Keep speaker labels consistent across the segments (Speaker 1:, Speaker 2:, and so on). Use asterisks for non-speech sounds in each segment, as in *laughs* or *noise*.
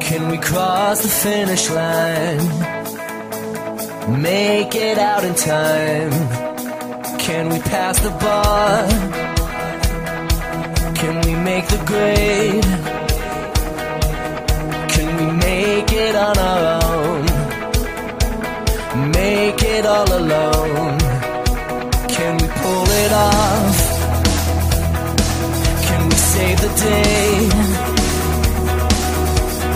Speaker 1: Can we cross the finish line? Make it out in time? Can we pass the bar? Can we make the grade? Can we make it on our own? Make it all alone? Can we pull it off? Can we save the day?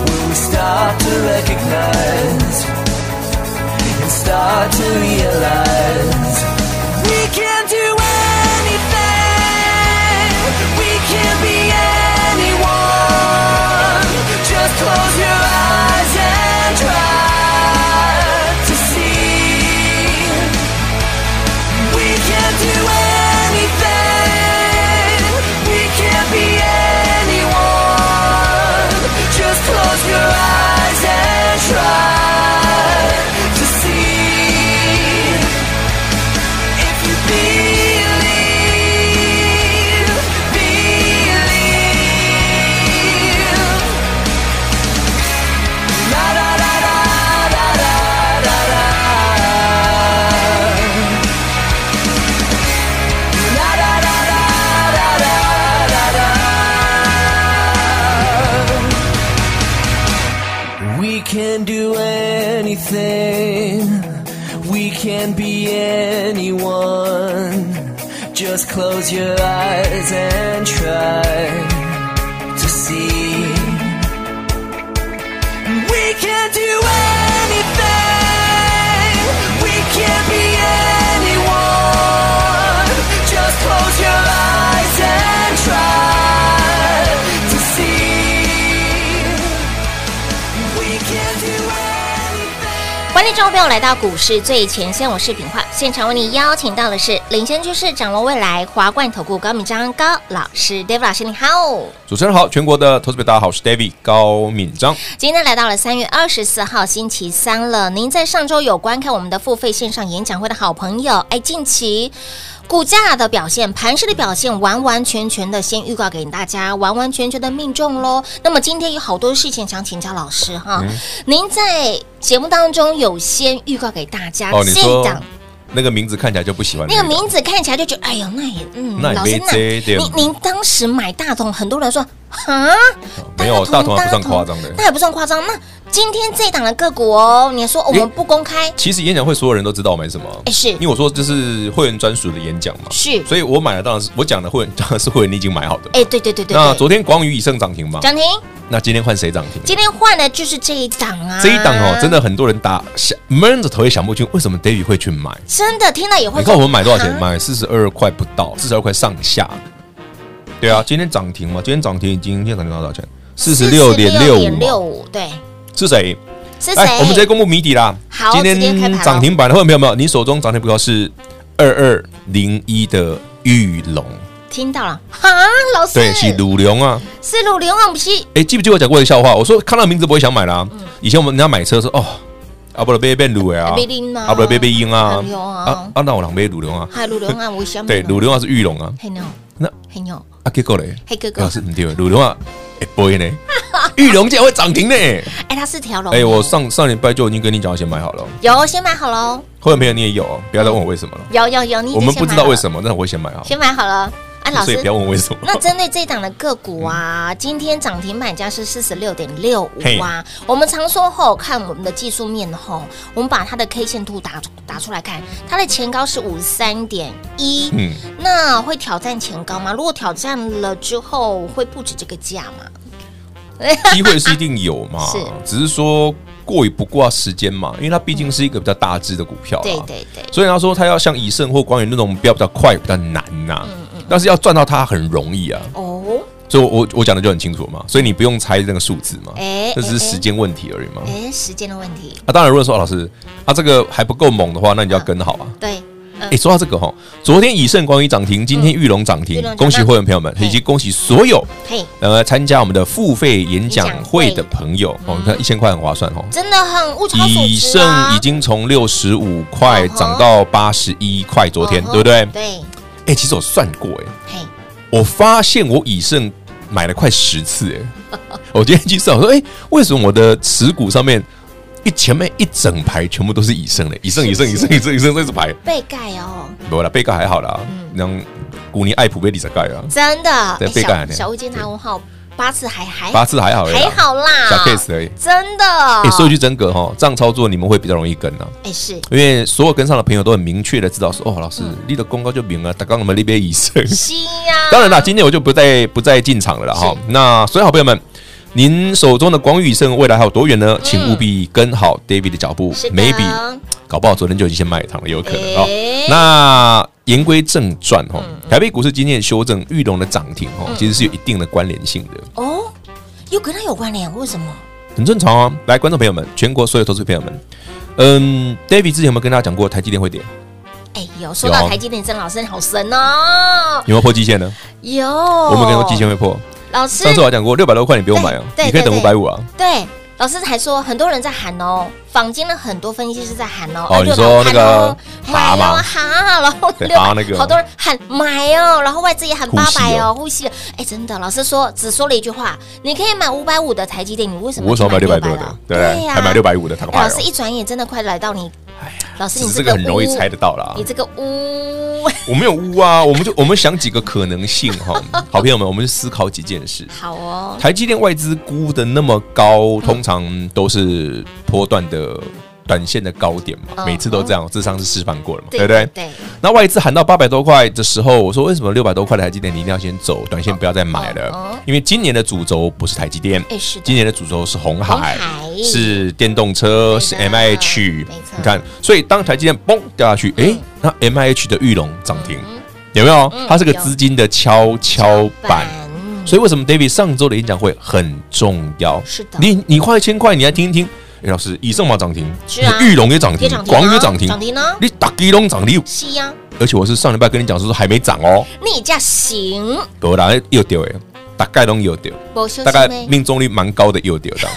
Speaker 1: Will we start to recognize and start to realize we can do anything? We can be anyone. Just close your eyes and try to see. We can do anything. We can be anyone. Just close your eyes and try to see. If you believe, believe. La la la la la la la la. La la la la la la la la. We can do anything. We can be anyone. Just close your eyes and try to see. We can do anything. We can be anyone. Just close your eyes and try to see. We can do anything.
Speaker 2: 欢迎听众朋友来到股市最前线，我是品化，现场为你邀请到的是领先趋势、掌握未来华冠投顾高敏章高老师，David 老师，你好。
Speaker 3: 主持人好，全国的投资者大家好，我是 David 高敏章。
Speaker 2: 今天来到了三月二十四号星期三了。您在上周有观看我们的付费线上演讲会的好朋友，哎，近期股价的表现、盘势的表现，完完全全的先预告给大家，完完全全的命中喽。那么今天有好多事情想请教老师哈，
Speaker 3: 嗯
Speaker 2: 您在节目当中有先预告给大家，
Speaker 3: 哦，你说
Speaker 2: 档
Speaker 3: 那个名字看起来就不喜欢
Speaker 2: 那个名字看起来就觉得，哎呦，那也嗯，
Speaker 3: 那也
Speaker 2: 老
Speaker 3: 没
Speaker 2: 师那，
Speaker 3: 这点
Speaker 2: 您您当时买大同，很多人说哈，
Speaker 3: 没有大同还不算夸张的
Speaker 2: 那还不算夸张。那今天这一档的个股哦，你说哦我
Speaker 3: 因
Speaker 2: 们不公开，
Speaker 3: 其实演讲会所有人都知道我买什么
Speaker 2: 哎，是
Speaker 3: 因为我说这是会员专属的演讲嘛，
Speaker 2: 是
Speaker 3: 所以我买的当然是我讲的会员当然是会员你已经买好的。
Speaker 2: 哎，对对对对
Speaker 3: 那
Speaker 2: 对，
Speaker 3: 昨天广宇以上涨停嘛，
Speaker 2: 涨停，
Speaker 3: 那今天换谁涨停？
Speaker 2: 今天换的就是这一档啊，
Speaker 3: 这一档哦，真
Speaker 2: 的
Speaker 3: 的很多人打想闷着头也想不清为什么 David 会去买。
Speaker 2: 真的听到也会
Speaker 3: 你
Speaker 2: 说，
Speaker 3: 看我们买多少钱？
Speaker 2: 哈？
Speaker 3: 买四十二块不到，四十二块上下。对啊，今天涨停嘛，今天涨停已经今天涨停多少钱？四十六点六
Speaker 2: 六
Speaker 3: 五，
Speaker 2: 五，对，
Speaker 3: 是谁？哎
Speaker 2: 是谁？
Speaker 3: 来，我们直接公布谜底啦。
Speaker 2: 好
Speaker 3: 今
Speaker 2: 直接开
Speaker 3: 天
Speaker 2: 盘咯
Speaker 3: 涨停板的会员朋友没有？你手中涨停股票是二二零一的玉龙，
Speaker 2: 听到了，哈，老师，
Speaker 3: 对，是鲁龙啊。
Speaker 2: 是鲁流旺不是？
Speaker 3: 哎，记不记得我讲过一个笑话？我说看到名字不会想买啦。
Speaker 2: 嗯
Speaker 3: 以前我们人家买车说哦，啊不了被变鲁啊
Speaker 2: 被拎啊，
Speaker 3: 啊不了被被鹰啊
Speaker 2: 哎呦，嗯啊
Speaker 3: 啊啊那我两杯鲁龙啊，
Speaker 2: 嗨，鲁流旺我想哦
Speaker 3: 对，鲁龙啊是玉龙啊，
Speaker 2: 嘿喏，
Speaker 3: 那
Speaker 2: 嘿喏，
Speaker 3: 啊结果嘞，
Speaker 2: 嘿哥哥
Speaker 3: 老，师，对，鲁龙啊，哎，不会呢，
Speaker 2: *laughs*
Speaker 3: 玉龙竟然会涨停呢！
Speaker 2: 哎，它是条龙哦，
Speaker 3: 哎，我上上礼拜就已经跟你讲要先买好了哦，
Speaker 2: 有先买好喽，
Speaker 3: 后面朋友你也有哦，不要再问我为什么了。
Speaker 2: 有有有，你已
Speaker 3: 我
Speaker 2: 经
Speaker 3: 们
Speaker 2: 先
Speaker 3: 不
Speaker 2: 买
Speaker 3: 知道
Speaker 2: 好
Speaker 3: 为
Speaker 2: 了
Speaker 3: 什么，但我先买好，
Speaker 2: 先买好了。哎，老
Speaker 3: 所以
Speaker 2: 师
Speaker 3: 不，要问我为什么。
Speaker 2: 那针对这一档的个股啊，
Speaker 3: 嗯
Speaker 2: 今天涨停板价是四十六点六
Speaker 3: 嘿
Speaker 2: 五啊。我们常说后看我们的技术面后，我们把它的 K 线图打出打出来看，它的前高是五十三点一，
Speaker 3: 嗯，
Speaker 2: 那会挑战前高吗？如果挑战了之后，会不止这个价吗？
Speaker 3: *laughs* 机会是一定有嘛
Speaker 2: *laughs* 是，
Speaker 3: 只是说过于不挂时间嘛，因为它毕竟是一个比较大只的股票啦，
Speaker 2: 嗯对对对，
Speaker 3: 所以他说他要像
Speaker 2: 嗯
Speaker 3: 以盛或光远那种标比较快比较难呐、但是要赚到它很容易啊。
Speaker 2: 哦，
Speaker 3: 所以我，我我讲的就很清楚嘛，所以你不用猜那个数字嘛，
Speaker 2: 哎
Speaker 3: 这只是
Speaker 2: 哎哎
Speaker 3: 时间问题而已嘛。
Speaker 2: 哎，时间的问题，
Speaker 3: 啊，当然，如果说、啊、老师，他、这个还不够猛的话，那你就要跟好啊。
Speaker 2: 对，嗯
Speaker 3: 哎、说到这个哈，昨天以盛光一涨停，今天玉龙涨
Speaker 2: 玉
Speaker 3: 停
Speaker 2: 龙涨，
Speaker 3: 恭喜
Speaker 2: 到
Speaker 3: 会员朋友们，
Speaker 2: 嘿
Speaker 3: 以及恭喜所有
Speaker 2: 嘿，
Speaker 3: 呃参加我们的付费演讲
Speaker 2: 演讲会
Speaker 3: 会的朋友哦，你看一千块很划算哦。
Speaker 2: 真的很物超所
Speaker 3: 以
Speaker 2: 值
Speaker 3: 盛
Speaker 2: 啊
Speaker 3: 已经从六十五块
Speaker 2: 嗯哼
Speaker 3: 涨到八十一块，昨天
Speaker 2: 嗯哼
Speaker 3: 对不对？
Speaker 2: 对，
Speaker 3: 哎，其实我算过哎，
Speaker 2: 嘿，
Speaker 3: 我发现我以盛买了快十次 *laughs* 哎，我今天去算，我说哎，为什么我的持股上面一前面一整排全部都是以盛的？以盛以盛以盛以盛以盛这一排，
Speaker 2: 被盖哦，
Speaker 3: 没啦，被盖还好啦，让古尼艾普被你在盖啊，
Speaker 2: 真的，
Speaker 3: 对
Speaker 2: 哎
Speaker 3: 被盖
Speaker 2: 小
Speaker 3: 呢
Speaker 2: 小巫见大巫后八次还还
Speaker 3: 八哎次还好而已啦，
Speaker 2: 还好啦，
Speaker 3: 小 case 而已。
Speaker 2: 真的，
Speaker 3: 哎，说一句真格哈，这样操作你们会比较容易跟啊。
Speaker 2: 哎是
Speaker 3: 因为所有跟上的朋友都很明确的知道说，哦，老师，你的公告就明了，刚刚我们那边以盛，
Speaker 2: 是呀，
Speaker 3: *laughs* 当然啦，今天我就不再不再进场了啦
Speaker 2: 是
Speaker 3: 哈。那所以好朋友们，您手中的光宇胜未来还有多远呢？请务必跟好 David 的脚步
Speaker 2: 嗯是的
Speaker 3: 每笔搞不好昨天就已经先卖一趟了，有可能哦
Speaker 2: 诶。嗯
Speaker 3: 那言归正传哈，台北股市今天的修正，玉龙的涨停哈，其实是有一定的关联性的，
Speaker 2: 哦，又跟它有关联，为什么？
Speaker 3: 很正常啊。来，观众朋友们，全国所有投资朋友们，嗯，David 之前有没有跟大家讲过台积电会跌？
Speaker 2: 哎，有说到
Speaker 3: 有啊
Speaker 2: 台积电，曾老师你好神哦，
Speaker 3: 有没有破季线呢？
Speaker 2: 有，
Speaker 3: 我
Speaker 2: 我
Speaker 3: 们跟你说季线会破。
Speaker 2: 老师
Speaker 3: 上次我讲过，六百多块你不用买啊，
Speaker 2: 对对
Speaker 3: 你可以等
Speaker 2: 对
Speaker 3: 五百五啊。
Speaker 2: 对。老师还说，很多人在喊哦，坊间的很多分析师在喊哦，
Speaker 3: 哦
Speaker 2: 哎
Speaker 3: 你
Speaker 2: 六百
Speaker 3: 说
Speaker 2: 喊
Speaker 3: 那个
Speaker 2: 哦买
Speaker 3: 蛤
Speaker 2: 哦
Speaker 3: 嘛
Speaker 2: 哈，然后
Speaker 3: 对
Speaker 2: 六
Speaker 3: 蛤
Speaker 2: 百
Speaker 3: 那
Speaker 2: *laughs*
Speaker 3: 个
Speaker 2: 好多人喊买哦，然后外资也喊
Speaker 3: 呼
Speaker 2: 八
Speaker 3: 吸
Speaker 2: 百
Speaker 3: 哦
Speaker 2: 哦，呼吸了，哎，真的，老师说只说了一句话，你可以买五百五的台积电，你为什么
Speaker 3: 我为什么买
Speaker 2: 去
Speaker 3: 六
Speaker 2: 买
Speaker 3: 百啊
Speaker 2: 600
Speaker 3: 多的
Speaker 2: 哦？
Speaker 3: 对不
Speaker 2: 对
Speaker 3: 对，
Speaker 2: 呀，
Speaker 3: 还买六百五的，他快
Speaker 2: 哎老
Speaker 3: 哦
Speaker 2: 师！一转眼真的快来到你，老师
Speaker 3: 只
Speaker 2: 你
Speaker 3: 是这个很容易
Speaker 2: 屋
Speaker 3: 猜得到
Speaker 2: *laughs*
Speaker 3: 啦
Speaker 2: 你。这个呜，
Speaker 3: 我没有污啊，我们就我们想几个可能性
Speaker 2: *laughs*
Speaker 3: 哈，好朋友们，我们就思考几件事。
Speaker 2: 好哦，
Speaker 3: 台积电外资估的那么高，通常都是波段的短线的高点嘛，
Speaker 2: 嗯
Speaker 3: 每次都这样，这上次示范过了嘛，对不
Speaker 2: 对
Speaker 3: 对？
Speaker 2: 对，
Speaker 3: 那外资喊到八百多块的时候，我说为什么六百多块的台积电你一定要先走，短线不要再买
Speaker 2: 哦哦
Speaker 3: 了？因为今年的主轴不是台积电，
Speaker 2: 哎是的
Speaker 3: 今年的主轴是红海
Speaker 2: 红海，
Speaker 3: 是电动车，是
Speaker 2: 对的
Speaker 3: M I H
Speaker 2: 没错。
Speaker 3: 你看，所以当台积电嘣掉下去，哎，那 M I H 的玉龙涨停，有没有
Speaker 2: 嗯？
Speaker 3: 它是个
Speaker 2: 有
Speaker 3: 资金的跷跷板。嗯
Speaker 2: 板，
Speaker 3: 所以为什么 David 上周的演讲会很重要？
Speaker 2: 是的
Speaker 3: 你你花一千块，你来听一听。哎，老师，以上嘛涨停
Speaker 2: 是啊，
Speaker 3: 玉龙也涨
Speaker 2: 也
Speaker 3: 停
Speaker 2: 涨，停啊
Speaker 3: 广宇涨停，嗯
Speaker 2: 涨停啊
Speaker 3: 你打基隆涨停，
Speaker 2: 是啊呀，
Speaker 3: 而且我是上礼拜跟你讲说还没涨哦，
Speaker 2: 你这样行，
Speaker 3: 对啦，又丢哎，大概都有丢，
Speaker 2: 我休
Speaker 3: 大概
Speaker 2: 息呢，
Speaker 3: 命中率蛮高的又丢的，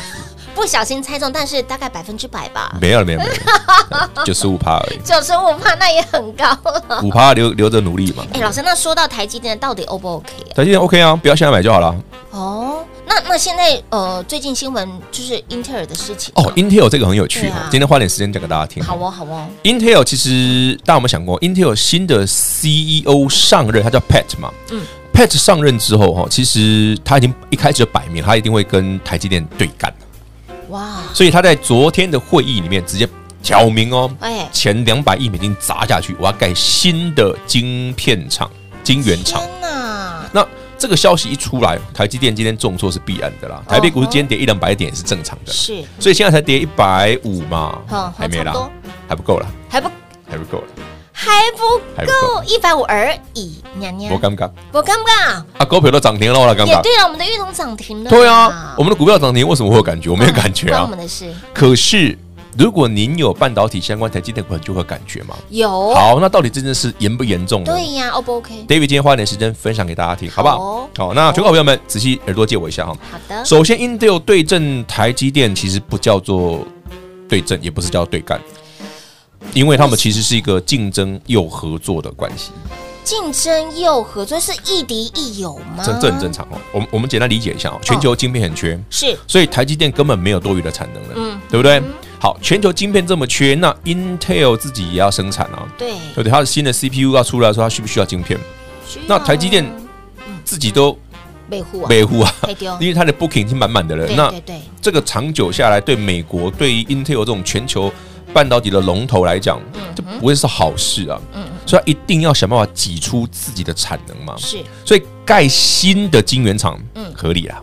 Speaker 2: 不小心猜中，但是大概百分之百吧，
Speaker 3: 没有没有没
Speaker 2: *laughs*
Speaker 3: 有，九十五趴而已，
Speaker 2: 九十五趴那也很高 *laughs* 了。
Speaker 3: 五趴留留着努力嘛。
Speaker 2: 哎，老师，那说到台积电到底 O 不 OK 啊？
Speaker 3: 台积电 OK 啊，不要现在买就好了。
Speaker 2: 哦，那那现在呃，最近新闻就是英特尔的事情
Speaker 3: 哦，Intel 这个很有趣
Speaker 2: 对啊
Speaker 3: 哦，今天花点时间讲给大家听。啊
Speaker 2: 好哦，好哦，
Speaker 3: Intel 其实大家有没有想过，Intel 新的 CEO 上任，他叫 Pat 嘛，
Speaker 2: 嗯
Speaker 3: ，Pat 上任之后哈，哦其实他已经一开始就摆明，他一定会跟台积电对干，
Speaker 2: 哇，
Speaker 3: 所以他在昨天的会议里面直接挑明哦，
Speaker 2: 哎，
Speaker 3: 前两百亿美金砸下去，我要盖新的晶片厂、晶圆厂。
Speaker 2: 天哪，
Speaker 3: 那这个消息一出来，台积电今天重挫是必然的啦，台北股市今天跌一两百点也是正常的，
Speaker 2: 哦是
Speaker 3: 所以现在才跌一百五嘛
Speaker 2: 嗯，
Speaker 3: 还没
Speaker 2: 差不
Speaker 3: 啦
Speaker 2: 多，
Speaker 3: 还不够啦，
Speaker 2: 还不
Speaker 3: 还不够啦，
Speaker 2: 还不
Speaker 3: 还不
Speaker 2: 够
Speaker 3: 够
Speaker 2: 一百五而已，娘娘
Speaker 3: 我，尴尬
Speaker 2: 我尴尬，
Speaker 3: 啊，股票都涨停了，我尴
Speaker 2: 也
Speaker 3: 尬。
Speaker 2: 对了，我啊们的玉龙涨停了，
Speaker 3: 对啊，我们的股票涨停为什么会有感觉？我没有感觉
Speaker 2: 关我
Speaker 3: 啊
Speaker 2: 们。的事
Speaker 3: 可是如果您有半导体相关台积电股，就会有感觉嘛。
Speaker 2: 有，
Speaker 3: 好，那到底这件事严不严重呢？
Speaker 2: 哦对呀，O 不 OK？
Speaker 3: David 今天花点时间分享给大家听，好不
Speaker 2: 好哦
Speaker 3: 好？好，那全国好朋友们仔细耳朵借我一下哈。
Speaker 2: 好的，
Speaker 3: 首先，Intel 对阵台积电其实不叫做对阵，也不是叫对干，因为他们其实是一个竞争又合作的关系，
Speaker 2: 竞争又合作是亦敌亦友吗？
Speaker 3: 这这很正常哦。我们我们简单理解一下哦，全球晶片很缺，
Speaker 2: 是
Speaker 3: 所以台积电根本没有多余的产能了，
Speaker 2: 嗯
Speaker 3: 对不对？好，全球晶片这么缺，那 Intel 自己也要生产啊，
Speaker 2: 对，
Speaker 3: 对不对？它的新的 CPU 要出来的时候，它需不需要晶片？
Speaker 2: 需要
Speaker 3: 那台积电自己都
Speaker 2: 维护啊，
Speaker 3: 维护啊，
Speaker 2: 太丢，
Speaker 3: *laughs* 因为它的 booking 已经满满的了。
Speaker 2: 对
Speaker 3: 那
Speaker 2: 对对，
Speaker 3: 这个长久下来，对美国对于 Intel 这种全球半导体的龙头来讲，
Speaker 2: 嗯
Speaker 3: 这不会是好事啊。所以它一定要想办法挤出自己的产能嘛。
Speaker 2: 是
Speaker 3: 所以盖新的晶圆厂，
Speaker 2: 嗯
Speaker 3: 合理啊，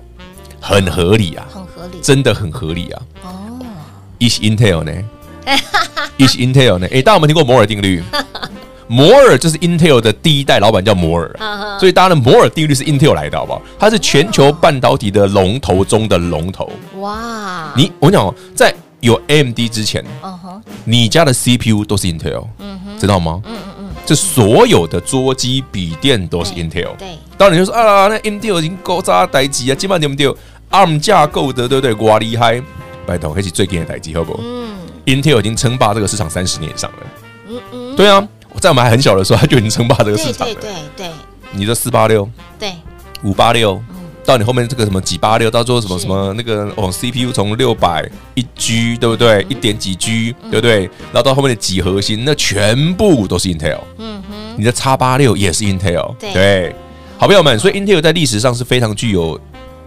Speaker 3: 很合理啊，
Speaker 2: 很合理
Speaker 3: 真的很合理啊。
Speaker 2: 哦。 *laughs* *laughs*
Speaker 3: is Intel 呢 is Intel 呢？诶，大家有没有听过摩尔定律？摩尔就是 Intel 的第一代老板叫摩尔
Speaker 2: 嗯哼，
Speaker 3: 所以当然摩尔定律是 Intel 来的，好不好？它是全球半导体的龙头中的龙头。
Speaker 2: 哇，
Speaker 3: 你我跟你讲哦，在有 AMD 之前，
Speaker 2: 嗯哼，
Speaker 3: 你家的 CPU 都是 Intel，知道吗？嗯嗯嗯，这所有的桌机、笔电都是
Speaker 2: 对
Speaker 3: Intel。
Speaker 2: 对，
Speaker 3: 当然你就说啊，那 Intel 已经够渣代机啊，基本上对不对？ARM 架构的对不对？哇厉害，拜托，那是最近的代机，好不好
Speaker 2: 嗯
Speaker 3: Intel 已经称霸这个市场三十年以上了。
Speaker 2: 嗯嗯，
Speaker 3: 对啊，我在我们还很小的时候，它就已经称霸这个市
Speaker 2: 对
Speaker 3: 场
Speaker 2: 对
Speaker 3: 了。
Speaker 2: 对对
Speaker 3: 你的四八六、
Speaker 2: 对，
Speaker 3: 五八六，到你后面这个什么几八六，到最后什么
Speaker 2: 嗯是
Speaker 3: 什么那个哦，CPU 从六百一 G 对
Speaker 2: 嗯
Speaker 3: 不对？一点几 G 对不对？然后到后面的几核心，那全部都是 Intel。
Speaker 2: 嗯哼，
Speaker 3: 你的 X 八六也是 Intel，
Speaker 2: 对
Speaker 3: 好朋友们，所以 Intel 在历史上是非常具有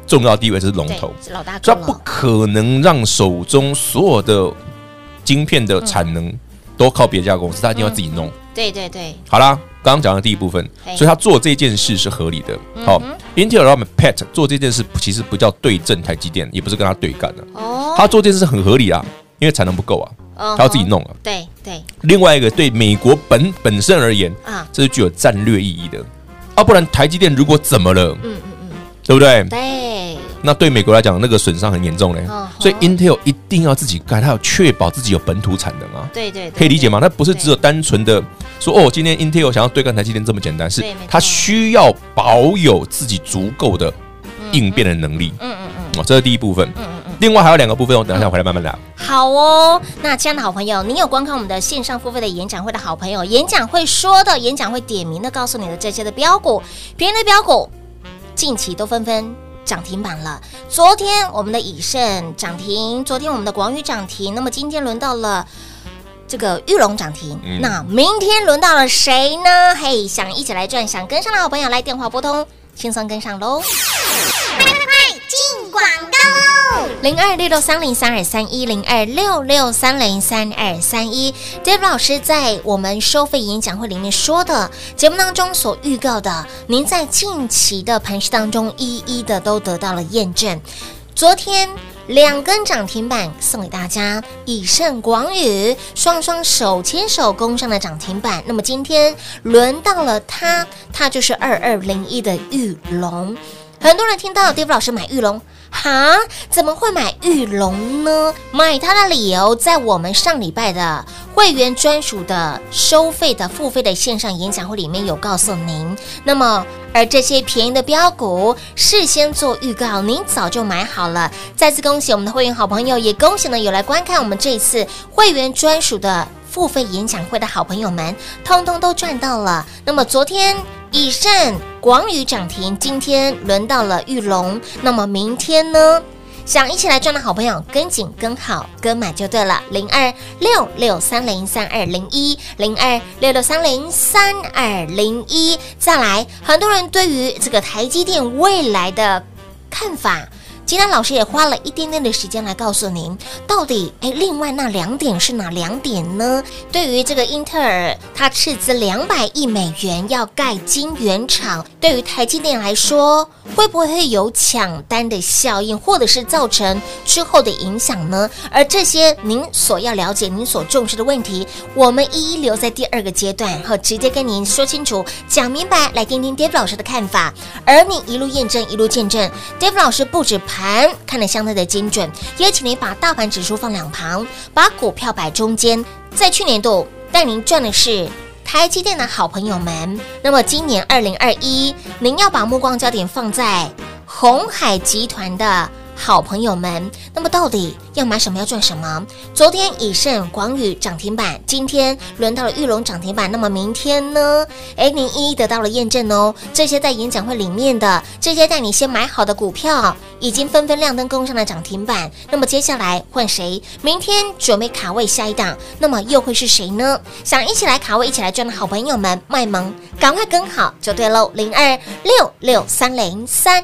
Speaker 3: 重要地位，这是龙
Speaker 2: 对
Speaker 3: 头，，
Speaker 2: 是老大哥
Speaker 3: 所以它不
Speaker 2: 了，
Speaker 3: 可能让手中所有的晶片的产能
Speaker 2: 嗯
Speaker 3: 都靠别家公司，它一定要自己弄。
Speaker 2: 对对对，
Speaker 3: 好啦，刚刚讲的第一部分，
Speaker 2: 对
Speaker 3: 所以他做这件事是合理的。
Speaker 2: 嗯
Speaker 3: 好，Intel 老板 Pat 做这件事其实不叫对阵台积电，也不是跟他对干的、啊
Speaker 2: 哦，
Speaker 3: 他做这件事很合理啊，因为产能不够啊，
Speaker 2: 嗯哼
Speaker 3: 他要自己，弄啊。
Speaker 2: 对对
Speaker 3: 另外一个对美国本本身而言，
Speaker 2: 啊，
Speaker 3: 这是具有战略意义的。啊，不然台积电如果怎么了，
Speaker 2: 嗯嗯嗯，
Speaker 3: 对不对？
Speaker 2: 对，
Speaker 3: 那对美国来讲，那个损伤很严重嘞
Speaker 2: 嗯。
Speaker 3: 所以 Intel 一定要自己盖，它要确保自己有本土产能啊。
Speaker 2: 对对，对
Speaker 3: 可以理解吗？？那不是
Speaker 2: 对
Speaker 3: 只有单纯的说哦，今天 Intel 想要对抗台积电这么简单，是
Speaker 2: 对没错
Speaker 3: 它需要保有自己足够的应变的能力。
Speaker 2: 嗯嗯嗯
Speaker 3: 哦，这是第一部分。
Speaker 2: 嗯嗯嗯。
Speaker 3: 另外还有两个部分，我等一下回来慢慢聊。
Speaker 2: 好哦，那亲爱的好朋友，您有观看我们的线上付费的演讲会的好朋友，演讲会说的、演讲会点名的告诉你的这些的标股，别人的标股近期都纷纷。涨停板了。昨天我们的以盛涨停，昨天我们的广宇涨停，那么今天轮到了这个玉龙涨停，
Speaker 3: 嗯
Speaker 2: 那明天轮到了谁呢？嘿，想一起来赚，想跟上的好朋友来电话拨通，轻松跟上喽。零二六六三零三二三一零二六六三零三二三一，Dave 老师在我们收费演讲会里面说的节目当中所预告的，您在近期的盘市当中一一的都得到了验证。昨天两根涨停板送给大家，以盛广宇双双手牵手攻上了涨停板。那么今天轮到了它，它就是二二零一的玉龙。很多人听到 Dave 老师买玉龙，哈，怎么会买玉龙呢？买它的理由在我们上礼拜的会员专属的收费的付费的线上演讲会里面有告诉您。那么，而这些便宜的标股事先做预告，您早就买好了。再次恭喜我们的会员好朋友，也恭喜呢有来观看我们这一次会员专属的付费演讲会的好朋友们，通通都赚到了。那么昨天以盛、广宇涨停，今天轮到了玉龙，那么明天呢？想一起来赚的好朋友，跟紧、跟好、跟满就对了。零二六六三零三二零一，零二六六三零三二零一。再来，很多人对于这个台积电未来的看法，今天老师也花了一点点的时间来告诉您，到底哎，另外那两点是哪两点呢？对于这个英特尔，它斥资两百亿美元要盖晶圆厂，对于台积电来说，会不会有抢单的效应，或者是造成之后的影响呢？而这些您所要了解、您所重视的问题，我们一一留在第二个阶段，和直接跟您说清楚、讲明白，来听听 Dave 老师的看法。而你一路验证，一路见证，Dave 老师不止盘看得相对的精准，也请您把大盘指数放两旁，把股票摆中间。在去年度带您赚的是。台积电的好朋友们，那么今年二零二一，您要把目光焦点放在红海集团的好朋友们，那么到底要买什么，要赚什么？昨天以盛、广宇涨停板，今天轮到了玉龙涨停板，那么明天呢？哎，您一一得到了验证哦。这些在演讲会里面的，这些带你先买好的股票，已经纷纷亮灯攻上了涨停板。那么接下来换谁？明天准备卡位下一档，那么又会是谁呢？想一起来卡位、一起来赚的好朋友们，卖萌，赶快跟好就对喽，零二六六三零三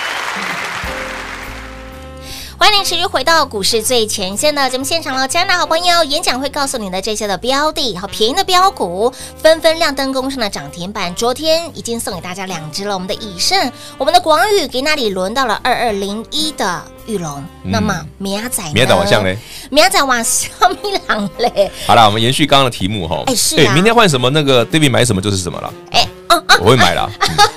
Speaker 2: 欢迎您持续回到股市最前线的节目现场喽，亲爱的好朋友，演讲会告诉你的这些的标的，好便宜的标股纷纷亮灯攻上了涨停板。昨天已经送给大家两只了，我们的以盛，我们的广宇，给那里轮到了二二零一的玉龙。
Speaker 3: 嗯
Speaker 2: 那么明仔呢
Speaker 3: 明天早上
Speaker 2: 呃
Speaker 3: 嘞，
Speaker 2: 明仔晚上米朗嘞，
Speaker 3: 好啦，我们延续刚刚的题目哈。
Speaker 2: 哎是啊
Speaker 3: 明天换什么那个 David 买什么就是什么了，
Speaker 2: 哎哦哦，
Speaker 3: 我会
Speaker 2: *laughs*
Speaker 3: 买啦。嗯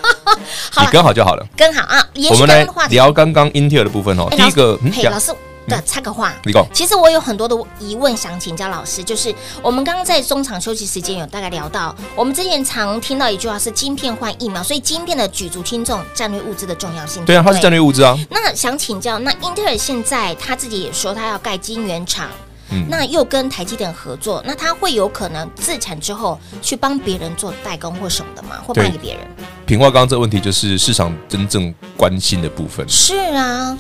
Speaker 2: 好
Speaker 3: 你
Speaker 2: 了，
Speaker 3: 跟好就好了。
Speaker 2: 跟好啊，延
Speaker 3: 我
Speaker 2: 续刚
Speaker 3: 们
Speaker 2: 刚
Speaker 3: 来
Speaker 2: 的话题。
Speaker 3: 聊刚刚 Intel 的部分哦。
Speaker 2: 哎
Speaker 3: 第一个，
Speaker 2: 老
Speaker 3: 嗯
Speaker 2: 师，嘿，
Speaker 3: 讲
Speaker 2: 老师，对，插个话，
Speaker 3: 你讲
Speaker 2: 其实我有很多的疑问想请教老师，就是我们刚刚在中场休息时间有大概聊到，我们之前常听到一句话是“晶片换疫苗”，所以晶片的举足轻重，战略物资的重要性。
Speaker 3: 对啊，
Speaker 2: 不
Speaker 3: 它是战略物资啊。
Speaker 2: 那想请教，那英特尔现在他自己也说他要盖晶圆厂，
Speaker 3: 嗯
Speaker 2: 那又跟台积电合作，那他会有可能自产之后去帮别人做代工或什么的吗？或卖
Speaker 3: 对
Speaker 2: 给别人？
Speaker 3: 平话刚刚这个问题就是市场真正关心的部分。
Speaker 2: 是啊，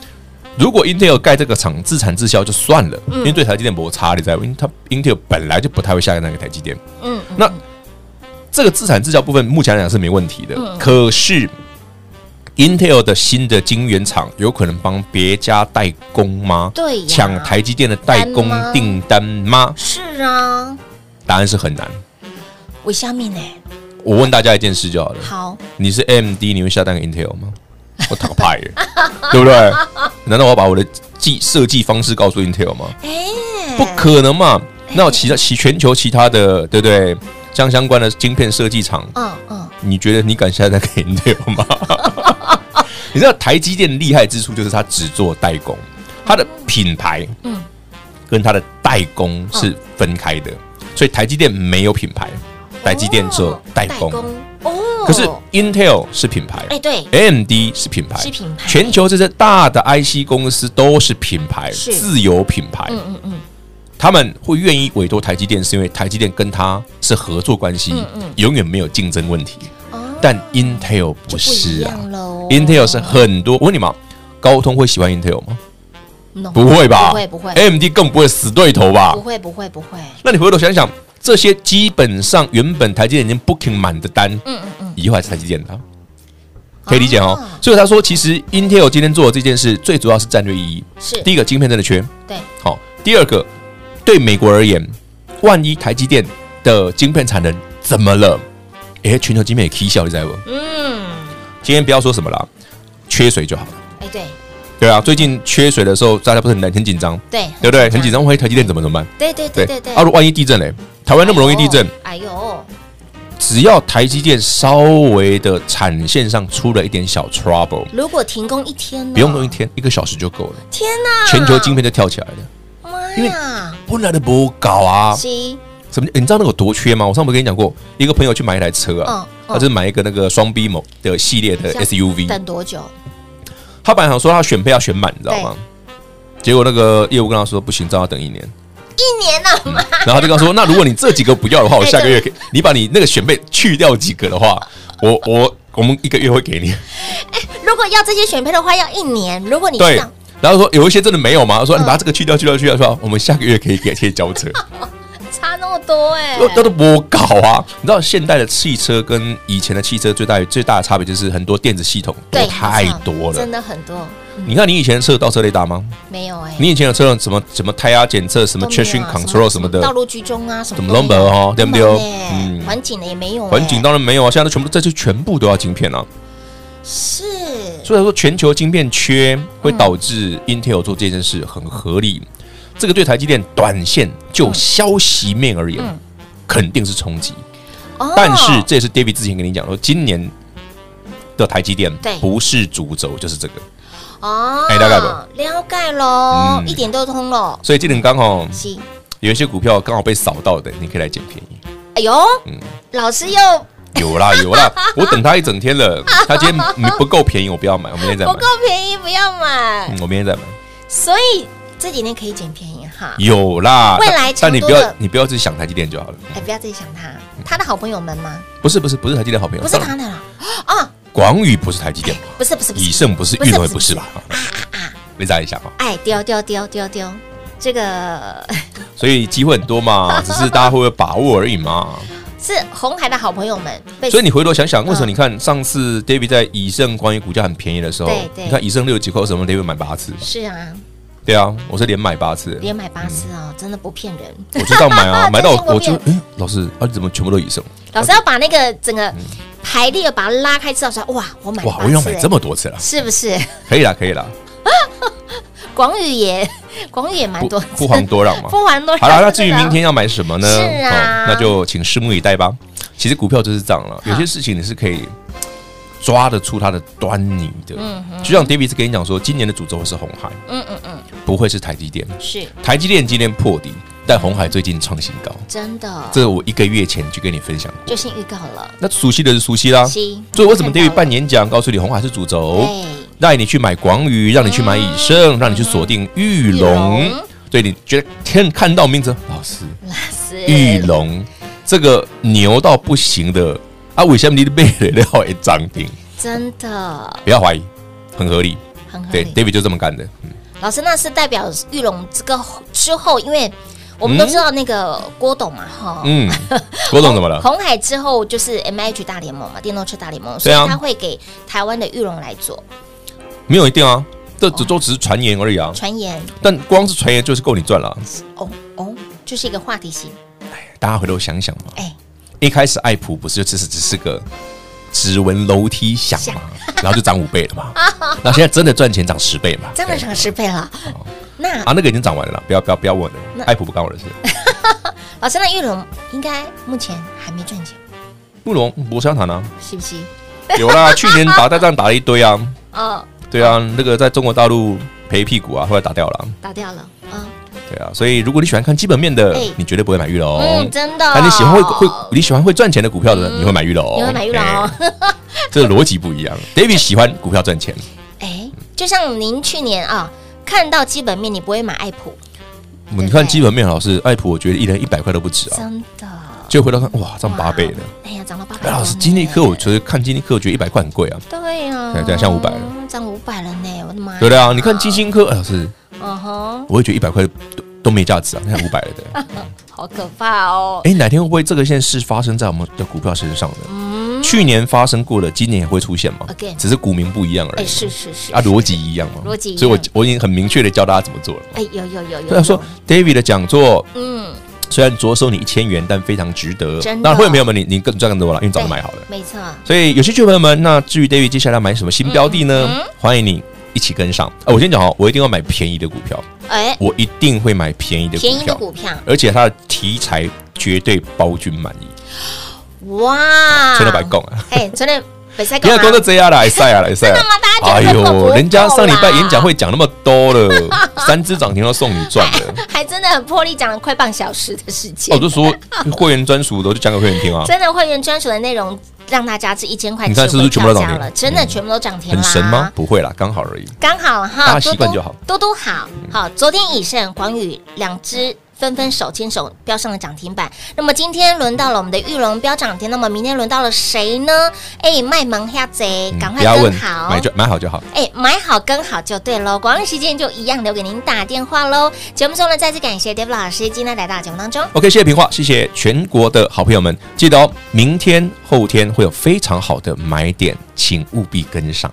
Speaker 3: 如果 Intel 盖这个厂自产自销就算了，
Speaker 2: 嗯
Speaker 3: 因为对台积电不差，你在乎，因为它 Intel 本来就不太会下那个台积电。
Speaker 2: 嗯，
Speaker 3: 那这个自产自销部分目前来讲是没问题的，
Speaker 2: 嗯
Speaker 3: 可是 Intel 的新的晶圆厂有可能帮别家代工吗？
Speaker 2: 对呀
Speaker 3: 抢台积电的代工
Speaker 2: 单吗
Speaker 3: 订单吗？
Speaker 2: 是啊，
Speaker 3: 答案是很难。
Speaker 2: 我下面呢？
Speaker 3: 我问大家一件事就好了，
Speaker 2: 好，
Speaker 3: 你是 AMD，你会下单给 Intel 吗？我打个牌
Speaker 2: *laughs*
Speaker 3: 耶，对不对？难道我要把我的计设计方式告诉 Intel 吗？
Speaker 2: 哎，
Speaker 3: 不可能嘛？那我其他其全球其他的，对不对？相相关的晶片设计厂，
Speaker 2: 嗯嗯，
Speaker 3: 你觉得你敢下单给 Intel
Speaker 2: *laughs*
Speaker 3: 吗？你知道台积电厉害之处就是它只做代工，它的品牌，
Speaker 2: 嗯
Speaker 3: 跟它的代工是分开的，所以台积电没有品牌，台积电只有代工。
Speaker 2: 哦。
Speaker 3: 可是 Intel 是品牌，
Speaker 2: 哎，对，
Speaker 3: AMD 是品牌，
Speaker 2: 是品牌
Speaker 3: 全球这些大的 IC 公司都是品牌，
Speaker 2: 是
Speaker 3: 自有品牌。
Speaker 2: 嗯嗯嗯，
Speaker 3: 他们会愿意委托台积电，是因为台积电跟他是合作关系，永远没有竞争问题。
Speaker 2: 嗯哦，
Speaker 3: 但 Intel 不
Speaker 2: 不一
Speaker 3: 是啊
Speaker 2: 样喽。
Speaker 3: ，Intel 是很多。我问你嘛，高通会喜欢 Intel 吗？
Speaker 2: No，
Speaker 3: 不会吧？哎
Speaker 2: 不会不会
Speaker 3: ，AMD 更不会死对头吧
Speaker 2: 不？会不会不会，
Speaker 3: 那你回头想想，这些基本上原本台积电已经 booking 满的单，
Speaker 2: 嗯嗯嗯，
Speaker 3: 以后还是台积电的啊、可以理解哦
Speaker 2: 啊。
Speaker 3: 所以他说，其实 Intel 今天做的这件事，最主要是战略意义。
Speaker 2: 是
Speaker 3: 第一个，晶片真的缺，
Speaker 2: 对，
Speaker 3: 好；第二个，对美国而言，万一台积电的晶片产能怎么了？哎，全球晶片也 K 笑，你知道不？
Speaker 2: 嗯，
Speaker 3: 今天不要说什么啦，缺水就好了。
Speaker 2: 哎对
Speaker 3: 对啊，最近缺水的时候，大家不是很很紧张，
Speaker 2: 对，
Speaker 3: 对不对？很
Speaker 2: 很
Speaker 3: 紧，张，万一台积电怎么怎么办？
Speaker 2: 对对对对对，
Speaker 3: 啊，如果万一地震嘞，台湾那么容易地震，
Speaker 2: 哎呦，
Speaker 3: 只要台积电稍微的产线上出了一点小 trouble，
Speaker 2: 如果停工一天，
Speaker 3: 不用用一，天，一个小时就够了，
Speaker 2: 天哪，
Speaker 3: 全球晶片就跳起来了。
Speaker 2: 妈
Speaker 3: 因为
Speaker 2: 呀，
Speaker 3: 本来都不搞啊，
Speaker 2: 西，
Speaker 3: 什么？你知道那个有多缺吗？我上次跟你讲过，一个朋友去买一台车啊，
Speaker 2: 嗯嗯
Speaker 3: 他就是买一个那个双 B 某的系列的
Speaker 2: 像
Speaker 3: SUV，
Speaker 2: 等多久？
Speaker 3: 他本来想说他选配要选满，你知道吗？结果那个业务跟他说不行，这样要等一
Speaker 2: *laughs*
Speaker 3: 年。
Speaker 2: 一年呢？啊妈
Speaker 3: 然后他就跟他说，那如果你这几个不要的话，我
Speaker 2: 哎
Speaker 3: 下
Speaker 2: *laughs*
Speaker 3: 个月给你把你那个选配去掉几个的话，我我我们一个月会给你。
Speaker 2: 如果要这些选配的话，要一年。如果你
Speaker 3: 对
Speaker 2: 上，嗯
Speaker 3: 然后说有一些真的没有吗？说你把这个去掉，去掉，去掉，说我们下个月可以给贴交车，
Speaker 2: 差那么多哎、
Speaker 3: 那那都不搞啊！你知道现代的汽车跟以前的汽车最大最大的差别就是很多电子系统多
Speaker 2: 对，
Speaker 3: 太
Speaker 2: 没错
Speaker 3: 多了
Speaker 2: 真。的很多，
Speaker 3: 你看你以前的车有倒车雷达吗？
Speaker 2: 没有哎、
Speaker 3: 你以前的车有什么什么胎压检测、什
Speaker 2: 都没有
Speaker 3: 么
Speaker 2: 啊
Speaker 3: traction control 什么的，
Speaker 2: 道路居中啊，什么
Speaker 3: 什么
Speaker 2: 都没有
Speaker 3: number 哦对不对
Speaker 2: 没
Speaker 3: 哦
Speaker 2: 有耶
Speaker 3: 嗯
Speaker 2: 环境的也没有耶，哎
Speaker 3: 环境当然没有啊，现在都全部这就全部都要晶片啊。
Speaker 2: 是
Speaker 3: 所以说，全球晶片缺会
Speaker 2: 嗯
Speaker 3: 导致 Intel 做这件事很合理。这个对台积电短线就消息面而言，
Speaker 2: 嗯
Speaker 3: 肯定是冲击。
Speaker 2: 哦，
Speaker 3: 但是这也是 David 之前跟你讲说，今年的台积电
Speaker 2: 对
Speaker 3: 不是主轴，就是这个。
Speaker 2: 哦，
Speaker 3: 哎大概吧
Speaker 2: 了解喽，
Speaker 3: 嗯
Speaker 2: 一点都通喽，
Speaker 3: 所以今年刚好
Speaker 2: 行，
Speaker 3: 有一些股票刚好被扫到的，你可以来捡便
Speaker 2: *laughs*
Speaker 3: 宜。
Speaker 2: 哎呦，
Speaker 3: 嗯
Speaker 2: 老师又
Speaker 3: 有啦有啦，我等他一整天了。他今天没不够便宜，我不要买，我明天再
Speaker 2: 不
Speaker 3: 买。
Speaker 2: 够便宜，不要买，
Speaker 3: 嗯，我明天再买。
Speaker 2: 所以这几天可以捡便宜哈。
Speaker 3: 有啦，
Speaker 2: 未来
Speaker 3: 但但
Speaker 2: 差
Speaker 3: 你
Speaker 2: 不
Speaker 3: 不
Speaker 2: 多
Speaker 3: 要
Speaker 2: 了
Speaker 3: 你不要自己想台积电就好了。
Speaker 2: 哎，不要自己想他，他的好朋友们吗？
Speaker 3: 不是不是不是台积电好朋友，
Speaker 2: 不是他的了哦，
Speaker 3: 广宇不是台积电吧？
Speaker 2: 不是不哎是不
Speaker 3: 以
Speaker 2: 是，
Speaker 3: 盛不是，
Speaker 2: 不是
Speaker 3: 运维
Speaker 2: 不是
Speaker 3: 不是吧？你再一下啊，
Speaker 2: 哎，丢丢丢丢丢，这个 *laughs*
Speaker 3: 所以机会很多嘛，只是大家会不会把握而已嘛。
Speaker 2: 是红海的好朋友们被
Speaker 3: 所以你回头想想，为什么
Speaker 2: 嗯
Speaker 3: 你看上次 David 在以盛关于股价很便宜的时候
Speaker 2: 对，对
Speaker 3: 你看以盛六十几块，为什么 David 买八次？
Speaker 2: 是啊，
Speaker 3: 对啊，我是连买八次，
Speaker 2: 连买八次
Speaker 3: 嗯
Speaker 2: 哦，真的不骗人。
Speaker 3: 我就这样
Speaker 2: *laughs*
Speaker 3: 买啊，买
Speaker 2: 真
Speaker 3: 到
Speaker 2: 心
Speaker 3: 我
Speaker 2: 不
Speaker 3: 我就
Speaker 2: 骗
Speaker 3: 哎，老师啊，你怎么全部都以盛？
Speaker 2: 老师要把那个整个排列把它拉开，知道说哇，我买
Speaker 3: 哇，
Speaker 2: 八
Speaker 3: 我要
Speaker 2: 次
Speaker 3: 买
Speaker 2: 哎
Speaker 3: 这么多次了，
Speaker 2: 是不是？ *laughs*
Speaker 3: 可以啦，可以啦，
Speaker 2: 广宇也广宇也蛮
Speaker 3: 不
Speaker 2: 多，
Speaker 3: 不遑多让
Speaker 2: *laughs*
Speaker 3: 嘛。
Speaker 2: 不遑多让。
Speaker 3: 好了，那至于
Speaker 2: 真的啊
Speaker 3: 明天要买什么呢？哦
Speaker 2: 是啊
Speaker 3: 那就请拭目以待吧。其实股票就是这样了，有些事情你是可以抓得出它的端倪的。就像 David 是跟你讲说，今年的主轴会是红海，
Speaker 2: 嗯嗯嗯，
Speaker 3: 不会是台积电。
Speaker 2: 是
Speaker 3: 台积电今天破底，但红海最近创新高，
Speaker 2: 真的，
Speaker 3: 这我一个月前就跟你分享过。
Speaker 2: 就先预告了。
Speaker 3: 那熟悉的是熟悉啦，
Speaker 2: 是
Speaker 3: 所以为什么 David
Speaker 2: 看到了
Speaker 3: 办演讲告诉你红海是主轴，
Speaker 2: 对，
Speaker 3: 让你去买广宇，让你去买以盛，让你去锁定玉龙
Speaker 2: 嗯玉龙。
Speaker 3: 对你觉得天看到名字，老师
Speaker 2: 老师
Speaker 3: 玉龙这个牛到不行的啊，为什么你被然后一涨停？
Speaker 2: 真的
Speaker 3: 不要怀疑，很合理。
Speaker 2: 很合
Speaker 3: 对
Speaker 2: 理。
Speaker 3: ，David 就这么干的。嗯
Speaker 2: 老师，那是代表玉龙这个之后，因为我们
Speaker 3: 嗯
Speaker 2: 都知道那个郭董嘛，哈，
Speaker 3: 嗯，郭总怎么了？
Speaker 2: 红海之后就是 M H 大联盟嘛，电动车大联盟，所
Speaker 3: 对
Speaker 2: 以
Speaker 3: 啊
Speaker 2: 他会给台湾的玉龙来做
Speaker 3: 没有一定啊，这只
Speaker 2: 哦
Speaker 3: 都只是传言而已啊。
Speaker 2: 传言。
Speaker 3: 但光是传言就是够你赚了啊。
Speaker 2: 哦哦，就是一个话题性。
Speaker 3: 大家回头想想嘛，
Speaker 2: 哎，
Speaker 3: 一开始爱普不是就只是只是个指纹楼梯响嘛，然后就涨五倍了嘛。
Speaker 2: *laughs*
Speaker 3: 那现在真的赚钱涨十倍嘛？
Speaker 2: 哦真的
Speaker 3: 对
Speaker 2: 涨十倍了。那
Speaker 3: 啊，那个已经涨完了啦，不要不要不要问
Speaker 2: 那
Speaker 3: 了，爱普不干我的事。
Speaker 2: 老师，那玉龙应该目前还没赚钱，
Speaker 3: 慕容不商谈啊，
Speaker 2: 是不是？
Speaker 3: *laughs* 有啦，去年打大战打了一堆啊。
Speaker 2: 哦，
Speaker 3: 对啊，那个在中国大陆赔屁股啊，后来打掉了啊。
Speaker 2: 打掉了。嗯
Speaker 3: 对啊，所以如果你喜欢看基本面的
Speaker 2: 哎，
Speaker 3: 你绝对不会买玉龙。
Speaker 2: 嗯，真的。
Speaker 3: 但哦哎你喜欢会会你喜欢会赚钱的股票的，你会买玉龙。
Speaker 2: 你会买玉龙哦
Speaker 3: 哎？这个逻辑不一样。David 喜欢股票赚钱，
Speaker 2: 哎，就像您去年啊，看到基本面你不会买爱普，
Speaker 3: 你看基本面老师爱普，我觉得一人一百块都不止啊。
Speaker 2: 真的。
Speaker 3: 就回头看，哇，涨八倍
Speaker 2: 哇
Speaker 3: 了。！
Speaker 2: 哎呀，涨了八百
Speaker 3: 哎，
Speaker 2: 多呢。
Speaker 3: 老师，金利科，我觉得看金利科，我觉得一百块很贵啊。
Speaker 2: 对呀，
Speaker 3: 对对像500了，
Speaker 2: 涨五百了呢，我的妈！
Speaker 3: 对的啊，你看金，星科，哎老师，
Speaker 2: 嗯哼，
Speaker 3: 我会觉得一百块都都没价值啊，那五百了的。
Speaker 2: 好可怕哦。
Speaker 3: 哎，哪天会不会这个现事发生在我们的股票身上呢？去年发生过的，今年也会出现嘛
Speaker 2: 嗯 Again？
Speaker 3: 只是股民不一样而
Speaker 2: 哎，
Speaker 3: 已。
Speaker 2: 是是是
Speaker 3: 啊，逻辑一样嘛，
Speaker 2: 逻辑一样
Speaker 3: 所以我我已经很明确的教大家怎么做了。
Speaker 2: 哎，有有有有。
Speaker 3: 虽然啊说
Speaker 2: 有，
Speaker 3: David 的讲座
Speaker 2: 嗯，
Speaker 3: 虽然着收你一千元，但非常值得
Speaker 2: 真。的
Speaker 3: 那会员朋友们，你你更赚更多了，因为早就
Speaker 2: 对
Speaker 3: 买好了。
Speaker 2: 没错，
Speaker 3: 所以有兴趣的朋友们，那至于 David 接下来买什么新标的
Speaker 2: 嗯
Speaker 3: 呢？欢迎你一起跟上。啊，我先讲哦，我一定要买便宜的股票，
Speaker 2: 哎，
Speaker 3: 我一定会买便宜的
Speaker 2: 便
Speaker 3: 股
Speaker 2: 宜的
Speaker 3: 票，
Speaker 2: 股票，
Speaker 3: 而且它的题材绝对包君满意。
Speaker 2: 哇！
Speaker 3: 吹到白供啊！
Speaker 2: 哎，昨
Speaker 3: *laughs*
Speaker 2: 天北赛
Speaker 3: 不要光是这样啦，塞啊啦，塞啊！
Speaker 2: 大家觉得我不够
Speaker 3: 人家上礼拜
Speaker 2: 啦
Speaker 3: 演讲会讲那么多了，三只涨停都送你赚了。
Speaker 2: *laughs* 还哎真的很破例讲了快半小时的时
Speaker 3: 哦，
Speaker 2: 间，
Speaker 3: 我就说会员专属的，我就讲给会员听啊，
Speaker 2: 真的会员专属的内容让大家这一千块，
Speaker 3: 你看是不是全部都涨停嗯
Speaker 2: 了？真的哎全部都涨停啦，
Speaker 3: 很神吗？？不会啦，刚好而已。
Speaker 2: 刚好哈，
Speaker 3: 大家习惯就好
Speaker 2: 多多，多多好好。昨天以盛、广宇两只纷纷手牵手飙上了涨停板。那么今天轮到了我们的玉龙飙涨停，那么明天轮到了谁呢？哎，卖萌黑贼，
Speaker 3: 嗯
Speaker 2: 赶
Speaker 3: 不
Speaker 2: 快
Speaker 3: 要问
Speaker 2: 跟，好，
Speaker 3: 买就买好就好。
Speaker 2: 哎，买好跟好就对喽。广告时间就一样留给您打电话喽。节目中呢，再次感谢 David 老师今天来到节目当中。
Speaker 3: OK，谢谢平话，谢谢全国的好朋友们，记得哦，明天后天会有非常好的买点，请务必跟上。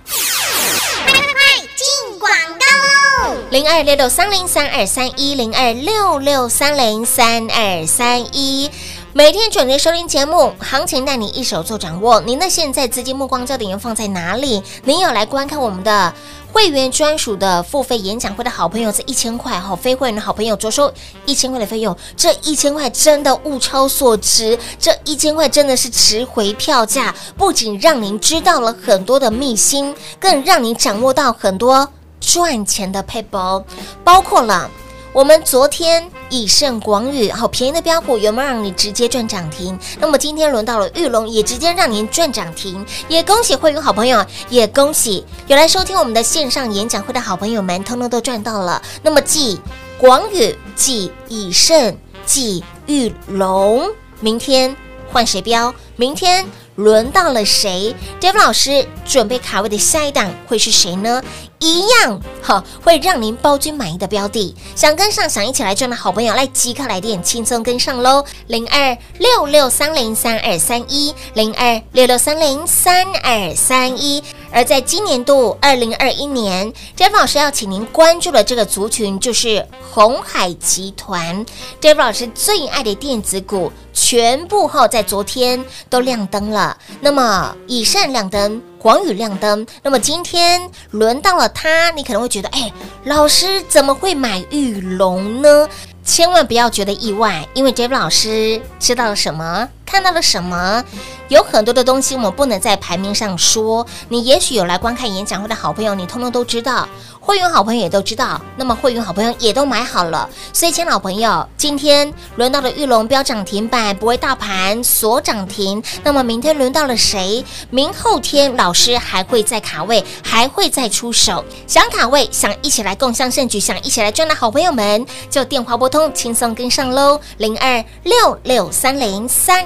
Speaker 4: 进广告喽！
Speaker 2: 零二六六三零三二三一零二六六三零三二三一。每天准时收听节目，行情带你一手做掌握。您的现在资金目光焦点又放在哪里？您有来观看我们的会员专属的付费演讲会的好朋友，这一千块哈，非会员的好朋友着收一千块的费用，这一千块真的物超所值，这一千块真的是值回票价。不仅让您知道了很多的秘辛，更让您掌握到很多赚钱的配包，包括了我们昨天以盛广宇好便宜的标股有没有让你直接赚涨停？那么今天轮到了玉龙，也直接让您赚涨停，也恭喜会员好朋友，也恭喜有来收听我们的线上演讲会的好朋友们，通通都赚到了。那么继广宇、继以盛、继玉龙，明天换谁标？明天轮到了谁？Dave 老师准备卡位的下一档会是谁呢？一样哈，会让您包君满意的标的。想跟上，想一起来赚的好朋友，来即刻来电，轻松跟上喽！零二六六三零三二三一，零二六六三零三二三一。而在今年度二零二一年，Dave 老师要请您关注的这个族群就是红海集团，Dave 老师最爱的电子股，全部后在昨天都亮灯了。那么以上亮灯。广宇亮灯，那么今天轮到了它，你可能会觉得，哎，老师怎么会买玉龙呢？千万不要觉得意外，因为 Dave 老师知道了什么，看到了什么，有很多的东西我们不能在排名上说。你也许有来观看演讲会的好朋友，你通通都知道；会员好朋友也都知道，那么会员好朋友也都买好了。所以，亲老朋友，今天轮到了玉龙标涨停板，不为大盘所涨停。那么明天轮到了谁？明后天老师还会再卡位，还会再出手。想卡位，想一起来共襄盛举，想一起来赚的好朋友们，就电话拨通，轻松跟上喽，零二六六三零三